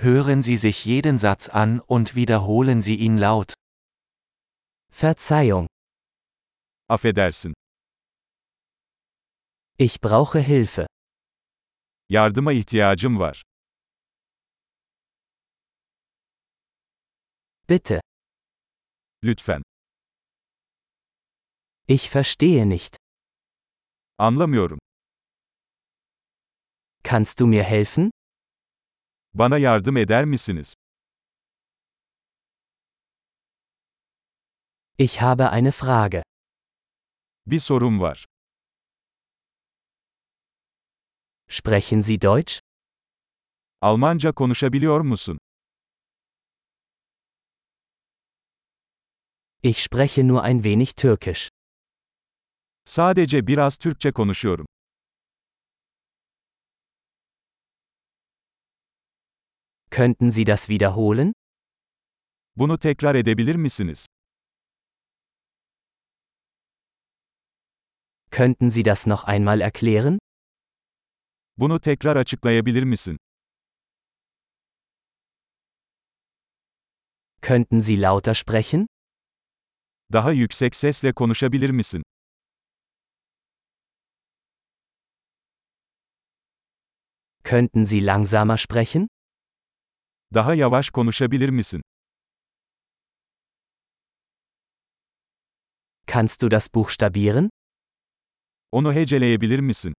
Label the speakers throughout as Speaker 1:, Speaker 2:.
Speaker 1: Hören Sie sich jeden Satz an und wiederholen Sie ihn laut.
Speaker 2: Verzeihung,
Speaker 3: Affedersin.
Speaker 2: ich brauche Hilfe.
Speaker 3: Yardıma ihtiyacım var.
Speaker 2: Bitte,
Speaker 3: Lütfen.
Speaker 2: ich verstehe nicht.
Speaker 3: Anlamıyorum.
Speaker 2: Kannst du mir helfen?
Speaker 3: Bana yardım eder misiniz?
Speaker 2: Ich habe eine Frage.
Speaker 3: Bir sorum var.
Speaker 2: Sprechen Sie Deutsch?
Speaker 3: Almanca konuşabiliyor musun?
Speaker 2: Ich spreche nur ein wenig Türkisch.
Speaker 3: Sadece biraz Türkçe konuşuyorum.
Speaker 2: Könnten Sie das wiederholen?
Speaker 3: Bunu tekrar edebilir misiniz?
Speaker 2: Könnten Sie das noch einmal erklären?
Speaker 3: Bunu tekrar açıklayabilir misin?
Speaker 2: Könnten Sie lauter sprechen?
Speaker 3: Daha yüksek sesle konuşabilir misin?
Speaker 2: Könnten Sie langsamer sprechen?
Speaker 3: Daha yavaş konuşabilir misin?
Speaker 2: Kannst du das buchstabieren?
Speaker 3: Onu heceleyebilir misin?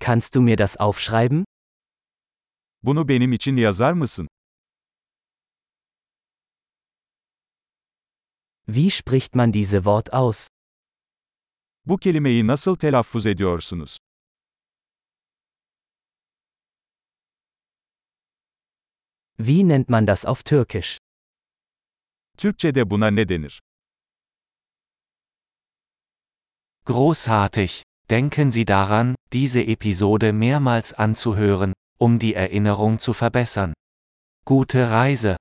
Speaker 2: Kannst du mir das aufschreiben?
Speaker 3: Bunu benim için yazar mısın?
Speaker 2: Wie spricht man diese Wort aus?
Speaker 3: Bu kelimeyi nasıl telaffuz ediyorsunuz?
Speaker 2: Wie nennt man das auf Türkisch?
Speaker 3: Türkçede buna ne denir?
Speaker 1: Großartig! Denken Sie daran, diese Episode mehrmals anzuhören, um die Erinnerung zu verbessern. Gute Reise!